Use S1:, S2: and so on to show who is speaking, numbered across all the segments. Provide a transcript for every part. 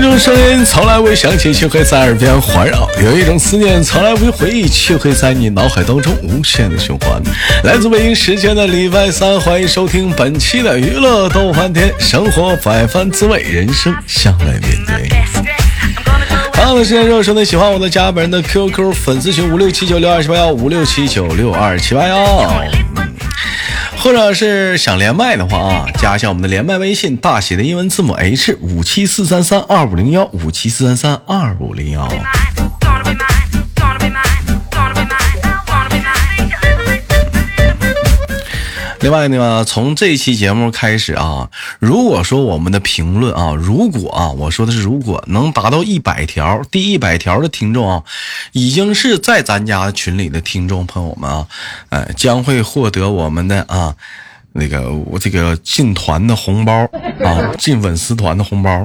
S1: 种声音从来未响起，却会在耳边环绕；有一种思念从来无回忆，却会在你脑海当中无限的循环。来自北京时间的礼拜三，欢迎收听本期的娱乐逗翻天，生活百般滋味，人生向来面对。同样的时间，如果说你喜欢我的加本人的 QQ 粉丝群五六七九六二七八幺五六七九六二七八幺。或者是想连麦的话啊，加一下我们的连麦微信，大写的英文字母 H 五七四三三二五零幺五七四三三二五零幺。另外呢，从这期节目开始啊，如果说我们的评论啊，如果啊，我说的是如果能达到一百条，第一百条的听众啊，已经是在咱家群里的听众朋友们啊，呃，将会获得我们的啊。那个我这个进团的红包啊，进粉丝团的红包。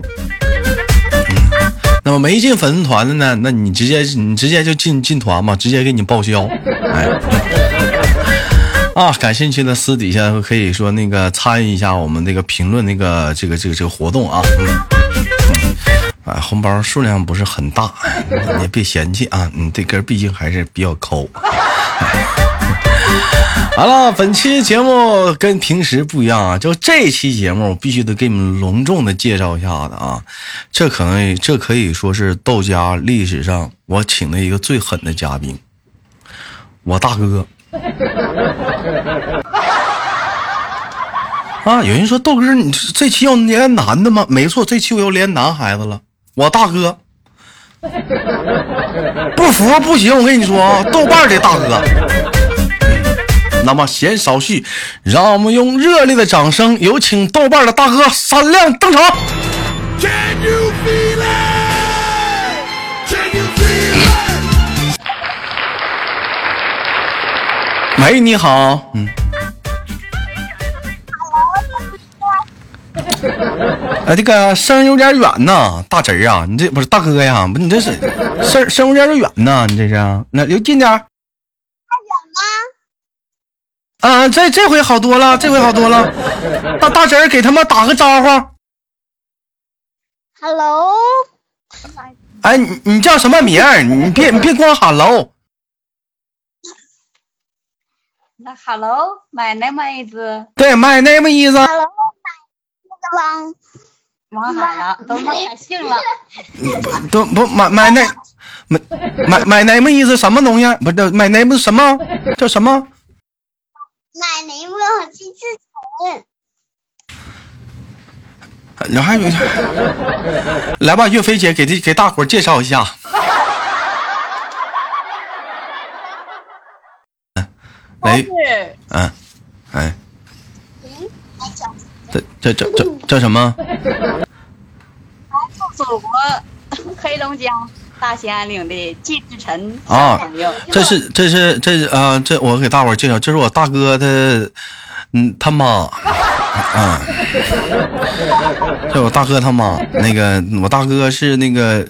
S1: 那么没进粉丝团的呢，那你直接你直接就进进团嘛，直接给你报销。哎，啊，感兴趣的私底下可以说那个参与一下我们这个评论那个这个这个这个活动啊。嗯啊，红包数量不是很大，你也别嫌弃啊，你这根毕竟还是比较抠。 好了，本期节目跟平时不一样啊，就这期节目我必须得给你们隆重的介绍一下子啊，这可能这可以说是道家历史上我请的一个最狠的嘉宾，我大哥。 啊，有人说豆哥，你这这期要连男的吗？没错，这期我要连男孩子了，我大哥。 不服不行，我跟你说啊，豆瓣儿的大哥。那么闲少叙，让我们用热烈的掌声，有请豆瓣的大哥闪亮登场。
S2: Can you feel it? Can you feel it?
S1: 喂，你好，嗯。 哎，这个声儿有点远呐，大侄儿啊，你这不是大哥呀？不，你这是声儿声儿有点远呐，你这是那就近点儿。啊，这这回好多了，这回好多了。大大侄儿给他们打个招呼。
S3: Hello，
S1: 哎，你你叫什么名儿？你别你别光喊喽。
S4: 那 Hello, my name is
S1: 对，my name is
S3: 王
S4: 王海啊，都忘海姓 了。
S1: 都不买买那买买买 name 意思什么东西？不是买 name 什么叫什么？
S3: 奶奶问我鸡翅虫，
S1: 然后还有，来吧，岳飞姐给这给大伙儿介绍一下。来，
S4: 是
S1: 嗯，哎，
S3: 嗯，
S4: 哎
S3: 还讲
S1: 这这这这这什么？
S4: 祖国黑龙江大兴安岭的季志晨
S1: 啊
S4: 小朋友，
S1: 这是这是这是啊、这我给大伙儿介绍，这是我大哥的，嗯，他妈，啊，这我大哥他妈，那个我大哥是那个，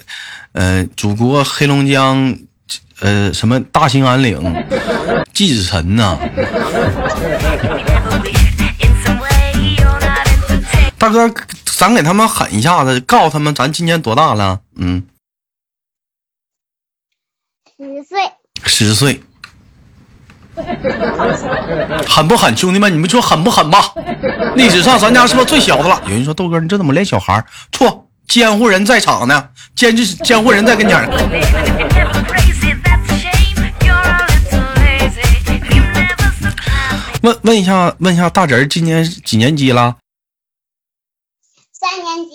S1: 呃，祖国黑龙江，呃，什么大兴安岭，季子晨呐、大哥，咱给他们喊一下子，告诉他们咱今年多大了？嗯，
S3: 十岁，
S1: 十岁。狠不狠，兄弟们？你们说狠不狠吧？历史上咱家是不是最小的了？有人说豆哥，你这怎么连小孩儿？错，监护人在场呢，监制监护人在跟前儿。问问一下，问一下大侄儿今年几年级了？
S3: 三年级，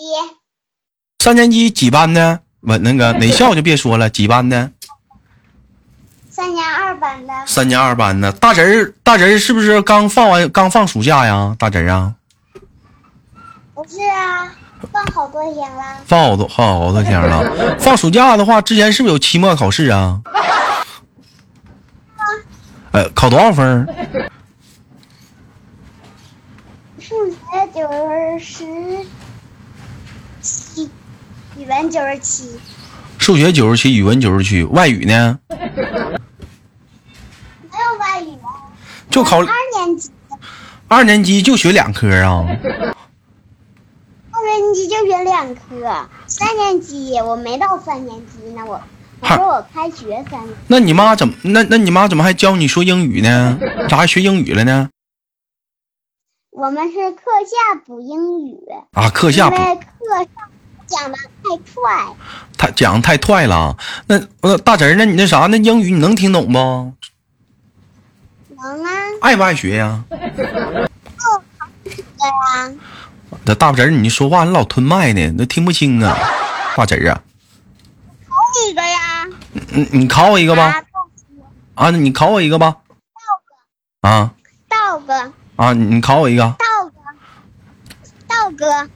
S1: 三年级几班的？问那个哪校就别说了，几班的？
S3: 三年二班的，
S1: 三年二班的。大侄儿，大侄儿是不是刚放完刚放暑假呀？大侄儿啊，
S3: 不是啊，放好多天了，
S1: 放好多放好多天了。放暑假的话，之前是不是有期末考试啊？呃，考多少分儿？
S3: 数学九十七，语文九十七，
S1: 数学九十七，语文九十七，外语呢？
S3: 没有外语啊，
S1: 就考
S3: 二年级，
S1: 二年级就学两科啊？
S3: 二年级就学两科，三年级，我没到三年级呢，我我
S1: 哈
S3: 说我开学三年，
S1: 那你妈怎么那那你妈怎么还教你说英语呢？咋还学英语了呢？
S3: 我们是课下补英语，
S1: 啊，课
S3: 因
S1: 下不
S3: 为课上讲的太快，
S1: 他讲太快了。那呃大侄儿，那你那啥，那英语你能听懂不？
S3: 能啊，
S1: 爱不爱学呀、
S3: 对啊，
S1: 这大侄儿，你说话你老吞麦呢，那听不清啊。大侄儿啊，
S3: 有一个呀，
S1: 你你考我一个吧
S3: 啊，倒数
S1: 啊，你考我一个吧。啊
S3: 道哥，
S1: 啊，你你考我一个。
S3: 道哥，道哥，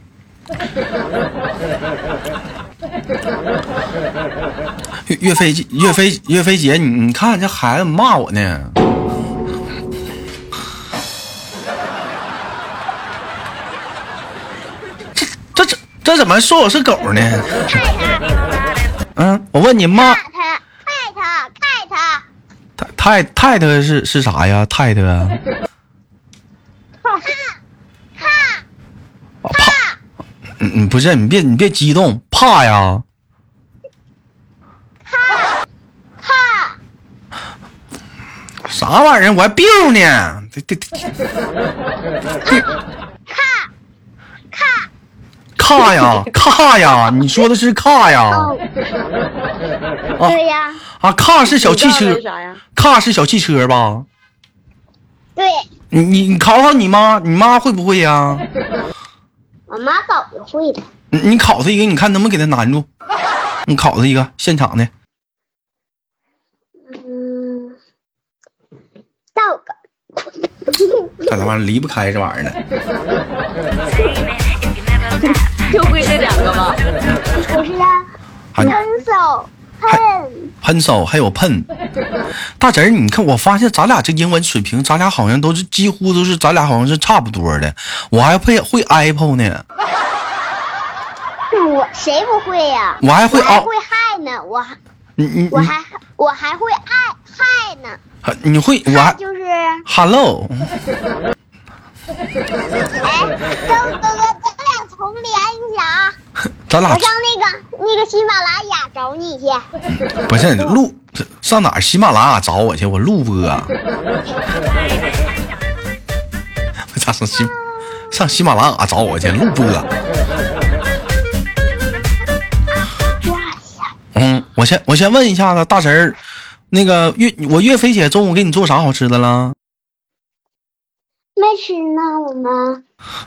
S1: 岳岳飞姐岳飞岳飞姐，你你看这孩子骂我呢。这这这这怎么说我是狗呢？嗯，我问你妈，
S3: 看他，看他，看他，
S1: 太太太太是是啥呀？太太啊
S3: 看，
S1: 怕，嗯嗯，不是你别你别激动，怕呀，
S3: 看，
S1: 啥玩意儿？我还 biu 呢，这这这
S3: 看，看，
S1: 卡呀卡呀，你说的是卡呀？
S4: 哦
S3: 对呀，
S1: 啊，卡是小
S4: 你知
S1: 汽车
S4: 道那是，啥呀？
S1: 卡是小汽车吧？
S3: 对
S1: 你你你考考你妈，你妈会不会呀、
S3: 我妈早就会了。
S1: 你你考她一个，你看能不能给她难住？你考她一个现场的，
S3: 嗯，道哥，
S1: 咋他妈离不开这玩意儿呢？
S4: 就会这两个吗？
S3: 不是啊，
S1: 还
S3: 分手恨，
S1: 喷手还有喷，大侄儿，你看我发现咱俩这英文水平，咱俩好像都是几乎都是咱俩好像是差不多的。我还会会 Apple 呢，
S3: 我谁不会呀、
S1: 我还会
S3: 我还
S1: 凹，
S3: 会害呢，我还
S1: 你你
S3: 我还我还会爱害呢，
S1: 你你会我还
S3: 就是
S1: Hello，
S3: 哎，等等等，咱俩重连一下啊！
S1: 咱
S3: 我
S1: 俩
S3: 上那个那个喜马拉雅找你去，
S1: 不是录上哪儿喜马拉雅找我去，我录播、我咋上喜上喜马拉雅找我去录播、
S3: 哇呀，
S1: 嗯，我先我先问一下子大侄儿，那个岳我岳飞姐中午给你做啥好吃的了？
S3: 没吃呢，我们嗯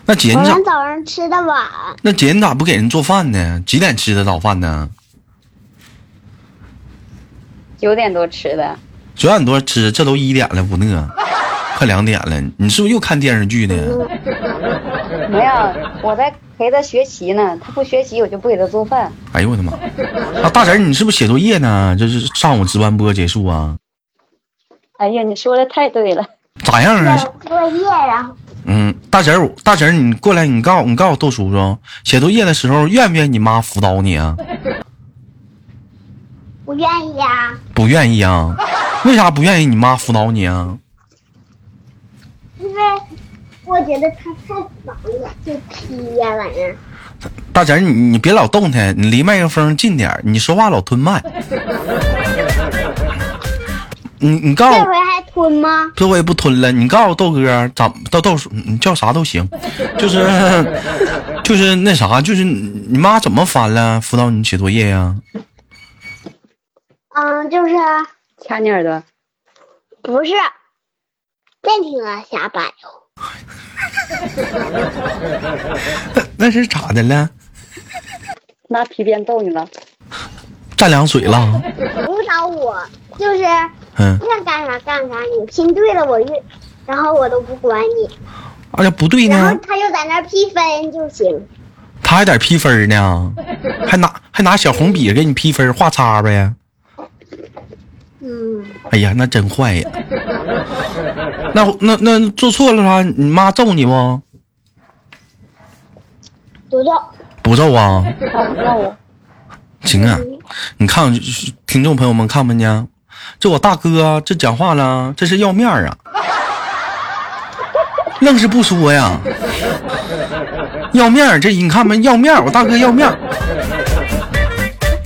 S1: 那姐
S3: 我
S1: 你咋
S3: 们早上吃的晚，
S1: 那姐你咋不给人做饭呢？几点吃的早饭呢？
S4: 九点多吃的，
S1: 九点多吃，这都一点了不饿，快两点了，你是不是又看电视剧呢？
S4: 没有，我在陪他学习呢。他不学习，我就不给他做饭。
S1: 哎呦我的妈！啊，大侄儿你是不是写作业呢？这是上午值班播结束啊？
S4: 哎呀，你说的太对了，
S1: 咋样啊？
S3: 作业然后
S1: 嗯，大侄儿，大侄儿，你过来，你告你告诉豆叔叔，写作业的时候愿不愿意你妈辅导你啊？
S3: 不愿意啊，
S1: 不愿意啊？为啥不愿意你妈辅导你啊？
S3: 因为我觉得他太忙了，就批呀玩意儿。
S1: 大侄儿，你你别老动弹，你离麦克风近点儿，你说话老吞麦。你你告
S3: 这
S1: 诉
S3: 回还吞吗？
S1: 这我也不吞了，你告诉豆哥咋豆豆叔你叫啥都行，就是 就是那啥，就是你你妈怎么烦了，辅导你写作业呀、
S3: 嗯，就是
S4: 掐你耳朵。
S3: 不是，别听他瞎摆哦。
S1: 那是咋的了？
S4: 拿皮鞭揍你了？
S1: 蘸凉水了？
S3: 不找我，就是
S1: 嗯。
S3: 愿干啥干啥，你拼对了我越，然后我都不管你，
S1: 啊，这不对
S3: 然
S1: 呢
S3: 后，他就在那儿批分就行。
S1: 他还得批分呢，还拿还拿小红笔给你批分画叉呗。
S3: 嗯，
S1: 哎呀，那真坏呀！那那那做错了啥？你妈揍你不？
S3: 不叫
S1: 不揍啊？
S4: 他不揍我，
S1: 行啊，你看听众朋友们看没呢？这我大哥啊这讲话了，这是要面儿啊， 愣是不说呀，要面儿这你看没？要面儿，我大哥要面儿。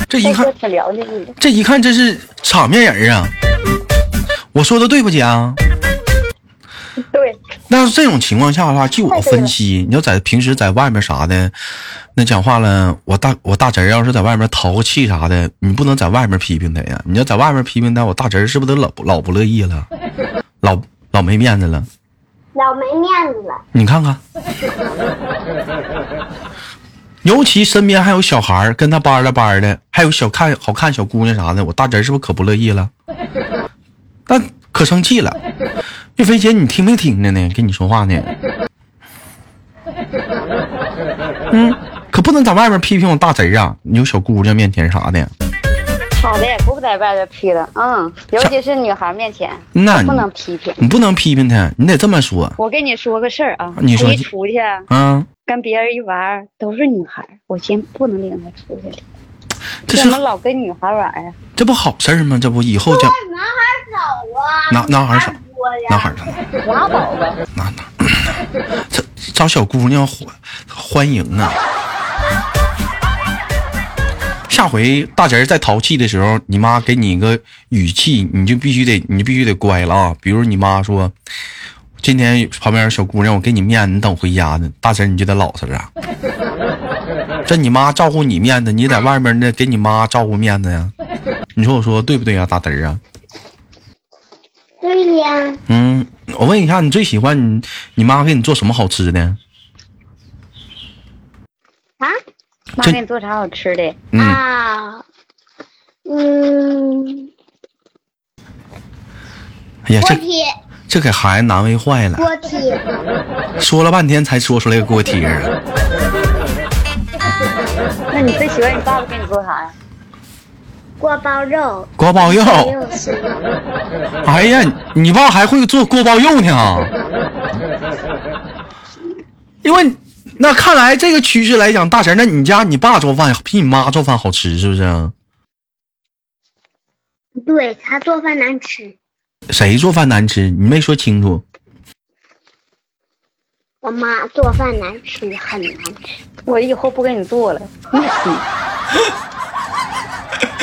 S1: 这一
S4: 帅
S1: 看
S4: 哥挺了解你的，
S1: 这一看真是场面人啊！我说的对不姐啊？
S4: 对，
S1: 那这种情况下的话，据我分析，你要在平时在外面啥的，那讲话了，我大我大侄儿要是在外面淘个气啥的，你不能在外面批评他呀。你要在外面批评他，我大侄儿是不是都老老不乐意了，老老没面子了？
S3: 老没面子了，
S1: 你看看，尤其身边还有小孩儿跟他班儿了班儿的，还有小看好看小姑娘啥的，我大侄儿是不是可不乐意了？但可生气了。岳飞姐，你听没听着呢？跟你说话呢。嗯，可不能在外面批评我大侄儿啊！你有小姑娘面前啥的，
S4: 好的，
S1: 嗯
S4: 不在外边批了，嗯，尤其是女孩面前，
S1: 那你嗯
S4: 不能批评。
S1: 你不能批评她，你得这么说
S4: 我跟你说个事儿啊，
S1: 你说
S4: 我一出去
S1: 啊。
S4: 跟别人一玩儿都是女孩儿，我先不能领她出去了，
S1: 这
S4: 怎
S1: 是
S4: 么老跟女孩玩儿啊？
S1: 这不好事儿吗？这不以后将
S3: 男孩少啊，
S1: 男男孩少
S3: 多呀，
S1: 男孩儿呢？
S4: 拉倒吧，
S1: 那哪？这找小姑娘欢欢迎啊！下回大侄儿再淘气的时候，你妈给你一个语气，你就必须得，你必须得乖了啊！比如你妈说：“今天旁边有小姑娘，我给你面子，你等回家呢。”大侄儿你就得老实啊！这你妈照顾你面子，你在外面那给你妈照顾面子呀？你说我说对不对啊，大侄儿啊？
S3: 对呀，
S1: 嗯，我问一下，你最喜欢你你妈给你做什么好吃的？
S3: 啊
S4: 妈
S1: 这
S4: 给你做啥好吃的？
S1: 嗯。
S3: 啊，嗯，
S1: 哎呀，
S3: 锅
S1: 这
S3: 贴，
S1: 这给孩子难为坏了，
S3: 锅贴，
S1: 说了半天才说出来个锅贴儿。
S4: 那你最喜欢你爸爸给你做啥呀？
S3: 锅包肉，
S1: 锅包肉，
S3: 没有吃，
S1: 哎呀，你爸还会做锅包肉呢。啊因为那看来这个趋势来讲，大神，那你家你爸做饭比你妈做饭好吃是不是？
S3: 对他做饭难吃，
S1: 谁做饭难吃？你没说清楚。
S3: 我妈做饭难吃，很难吃，
S4: 我以后不给你做了，你洗。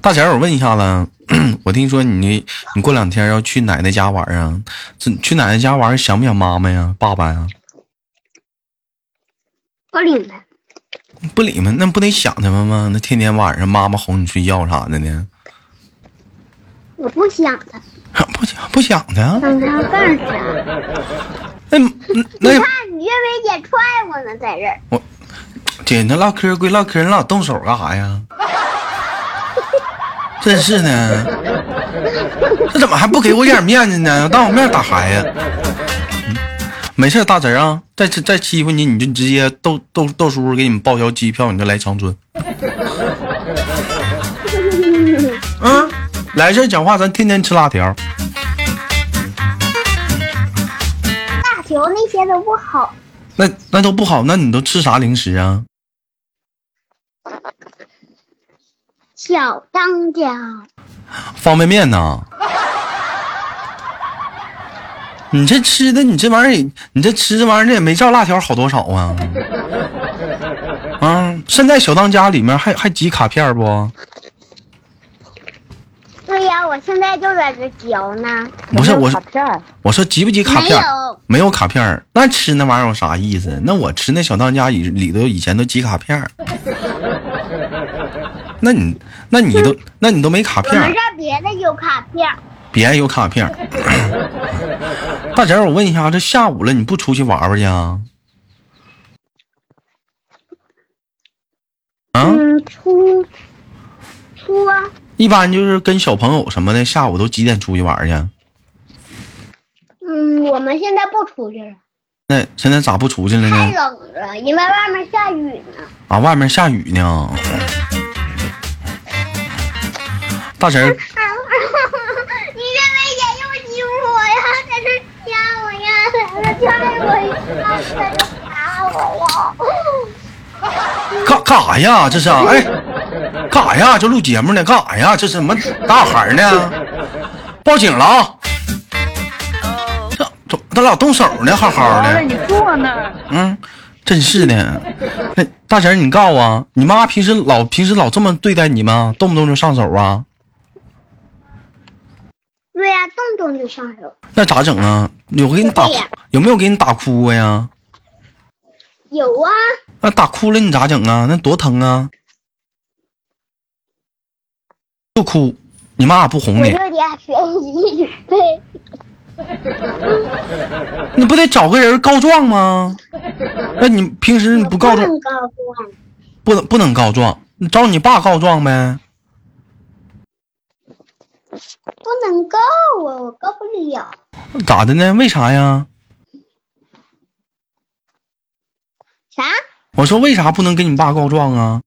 S1: 大姐，我问一下子， 我听说你你过两天要去奶奶家玩啊？这去奶奶家玩想不想妈妈呀、爸爸呀？
S3: 不理他，
S1: 不理们，那不得想他们吗？那天天晚上妈妈哄你睡觉啥的呢？
S3: 我不想他，
S1: 不想不想啊他？
S3: 让他干啥？
S1: 那哎那
S3: 看，你岳飞姐踹我呢，在这儿，
S1: 姐，那唠嗑归唠嗑，你老动手干啥呀？ 真是的，这怎么还不给我点面子呢？当我面打孩子。嗯没事，大侄儿啊，再欺再欺负你，你就直接豆豆豆叔给你们报销机票，你就来长春。嗯，来这儿讲话，咱天天吃辣条。
S3: 大球那些都不好，
S1: 那那都不好，那你都吃啥零食啊？
S3: 小当家。
S1: 方便面呐？你这吃的，你这玩意儿，你这吃这玩意儿，这也没照辣条好多少啊？啊！现在小当家里面还还集卡片不？
S3: 对呀，我现在就在这嚼呢。
S1: 不是
S4: 有没有
S1: 我
S4: 卡，片儿啊
S1: 我说集不集卡片？
S3: 没有，
S1: 没有卡片儿，那吃那玩意儿有啥意思？那我吃那小当家以里头以前都集卡片儿，那你那你都那你都没卡
S3: 我
S1: 片儿
S3: 们这。儿别的有卡片，
S1: 别有卡片儿。大姐儿，我问一下，这下午了你不出去玩玩去啊？啊，
S3: 嗯，出出啊，
S1: 一般就是跟小朋友什么的，下午都几点出去玩去？
S3: 嗯，我们现在不出去了，
S1: 那现在咋不出去了
S3: 太
S1: 呢？
S3: 冷了，因为外面下雨呢。
S1: 啊，外面下雨呢。大侄儿，
S3: 啊！你认为也又欺负我呀，在这掐我呀，在这踹我呀，在这打我呀！
S1: 干干啥呀？这是啊哎，干啥呀？这录节目呢？干啥呀？这怎么打小孩呢？报警了啊！
S3: 哦
S1: 这这他老动手呢，好好
S5: 完了，
S1: 的。
S5: 你坐那儿，
S1: 嗯，真是的。那大侄儿，你告诉我，你妈平时老平时老这么对待你吗？动不动就上手啊？
S3: 对呀、动动就上手，
S1: 那咋整啊？有给你打
S3: 对呀
S1: 有没有给你打哭过呀？
S3: 有啊，
S1: 那打哭了你咋整啊？那多疼啊！就哭，你妈也不哄
S3: 我
S1: 你，
S3: 就得学习。对，
S1: 你不得找个人告状吗？那你平时你不告状，
S3: 能告状，
S1: 不能不能告状，你找你爸告状呗。
S3: 不能告啊，我告不了。
S1: 咋的呢？为啥呀？
S3: 啥？
S1: 我说为啥不能跟你爸告状啊？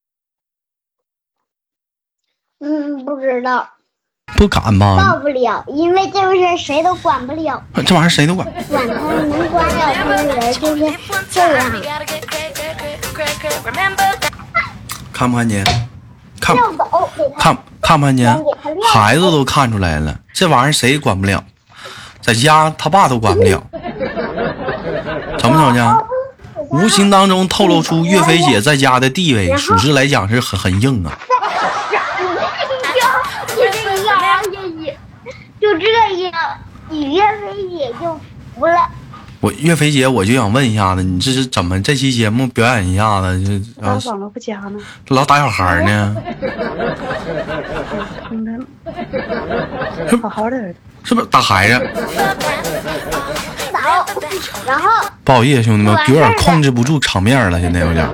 S3: 嗯，不知道，
S1: 不敢吧
S3: 告？不了，因为这个事儿谁都管不了，
S1: 这玩意儿谁都管。
S3: 管他们能管了的人就是这样。
S1: 看不看见？看
S3: 要走给他
S1: 看看不看见
S3: 我给他？晾
S1: 孩子都看出来了，这玩意儿谁也管不了，在家他爸都管不了，成不成呢？无形当中透露出岳飞姐在家的地位，属实来讲是很很硬啊。
S3: 就这样，就也就这样，你岳飞也就服了。
S1: 我岳飞姐，我就想问一下子，你这是怎么这期节目表演一下子，这
S5: 咋
S1: 啊
S5: 网络不佳呢？
S1: 老打小孩儿呢？
S5: 听着，好好的，
S1: 是不是打孩子？
S3: 走，然后
S1: 不好意思，兄弟们，有点控制不住场面了，现在有点，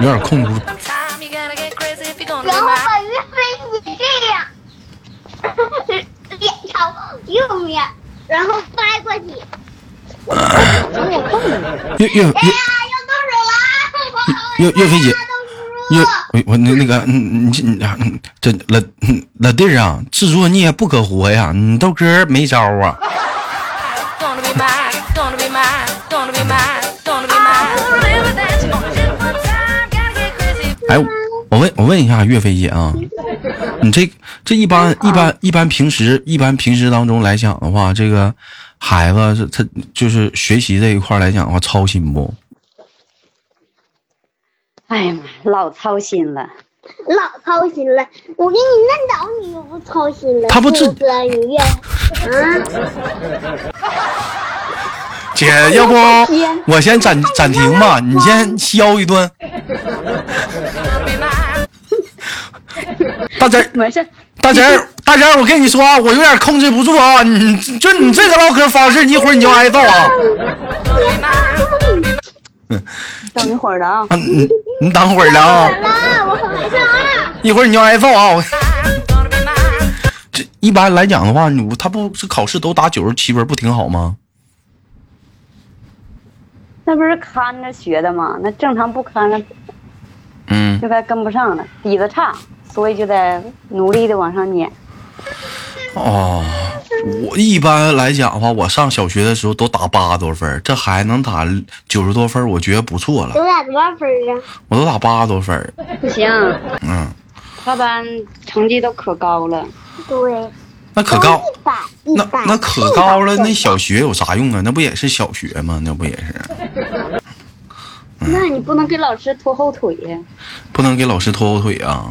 S1: 有点控制不住。
S3: 然后把岳飞也这样 脸朝右面，然后翻过去。
S1: 岳岳岳
S3: 哎呀，要动手了！
S1: 岳岳飞姐
S3: 大家都
S1: 岳
S3: 输，
S1: 我我那那个，嗯，你你啊，嗯这老嗯老弟儿啊，自作孽不可活呀，你豆哥没招啊。哎，我问我问一下岳飞姐啊，你这这一般一般一般平时一般平时当中来讲的话，这个孩子是他就是学习这一块来讲的话，操心不？
S4: 哎呀妈，老操心了。
S3: 老操心了。我给你摁倒你，又不操心了。
S1: 他不自
S3: 是哥，你岳啊，
S1: 姐，
S5: 哎
S1: 要不我先暂暂停吧，你先削一顿。大侄儿，
S5: 没事，
S1: 大侄儿，大侄儿，我跟你说啊，我有点控制不住啊，你就你这个唠嗑方式，你一会儿你就挨揍啊。
S4: 等一会儿的啊，
S1: 啊，你你等会儿了啊，
S3: 啊，我很晚上啊，
S1: 一会儿你就挨揍啊。我 这一般来讲的话，你他不是考试都打九十七分，不挺好吗？
S4: 那不是看着学的吗？那正常不看着
S1: 嗯，
S4: 就该跟不上了，底子差，所以就得努力的往上撵。
S1: 哦，我一般来讲的话，我上小学的时候都打八十多分儿，这孩子能打九十多分儿，我觉得不错了。
S3: 都打多少分啊？
S1: 我都打八十多分儿，
S4: 不行，
S1: 嗯，
S4: 他班成绩都可高了，
S3: 对，
S1: 那可高，
S3: 一百一
S1: 那
S3: 百，
S1: 那可高了。那小学有啥用啊？那不也是小学吗？那不也是，
S4: 那你不能给老师拖后腿呀。
S1: 不能给老师拖后腿啊！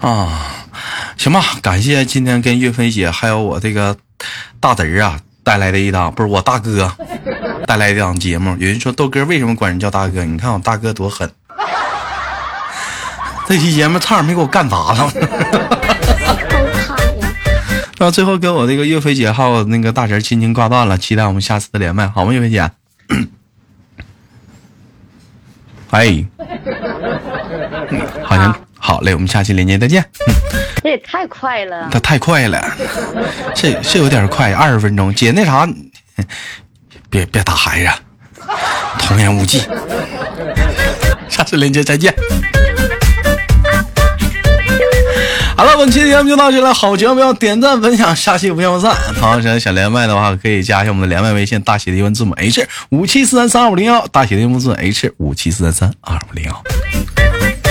S1: 啊，行吧，感谢今天跟岳飞姐还有我这个大侄儿啊带来的一档，不是我大哥带来的一档节目。有人说豆哥为什么管人叫大哥？你看我大哥多狠！ 这期节目差点没给我干砸了。
S3: 很卡呀。
S1: 那最后跟我这个岳飞姐还有那个大侄儿亲情挂断了，期待我们下次的连麦，好吗？岳飞姐。哎，嗯好像、好好嘞，我们下期连接再见。嗯
S4: 这也太快了，
S1: 他太快了，这是有点快，二十分钟。姐，那啥，别别打孩子，啊童言无忌。下次连接再见。好了，本期的节目就到这里了，好节目不要点赞分享，下期不见不散。同样时间想连麦的话，可以加一下我们的连麦微信，大写的英文字母 H 五七四三三二五零幺，大写的英文字母 H 五七四三三二五零幺。
S2: Thank you.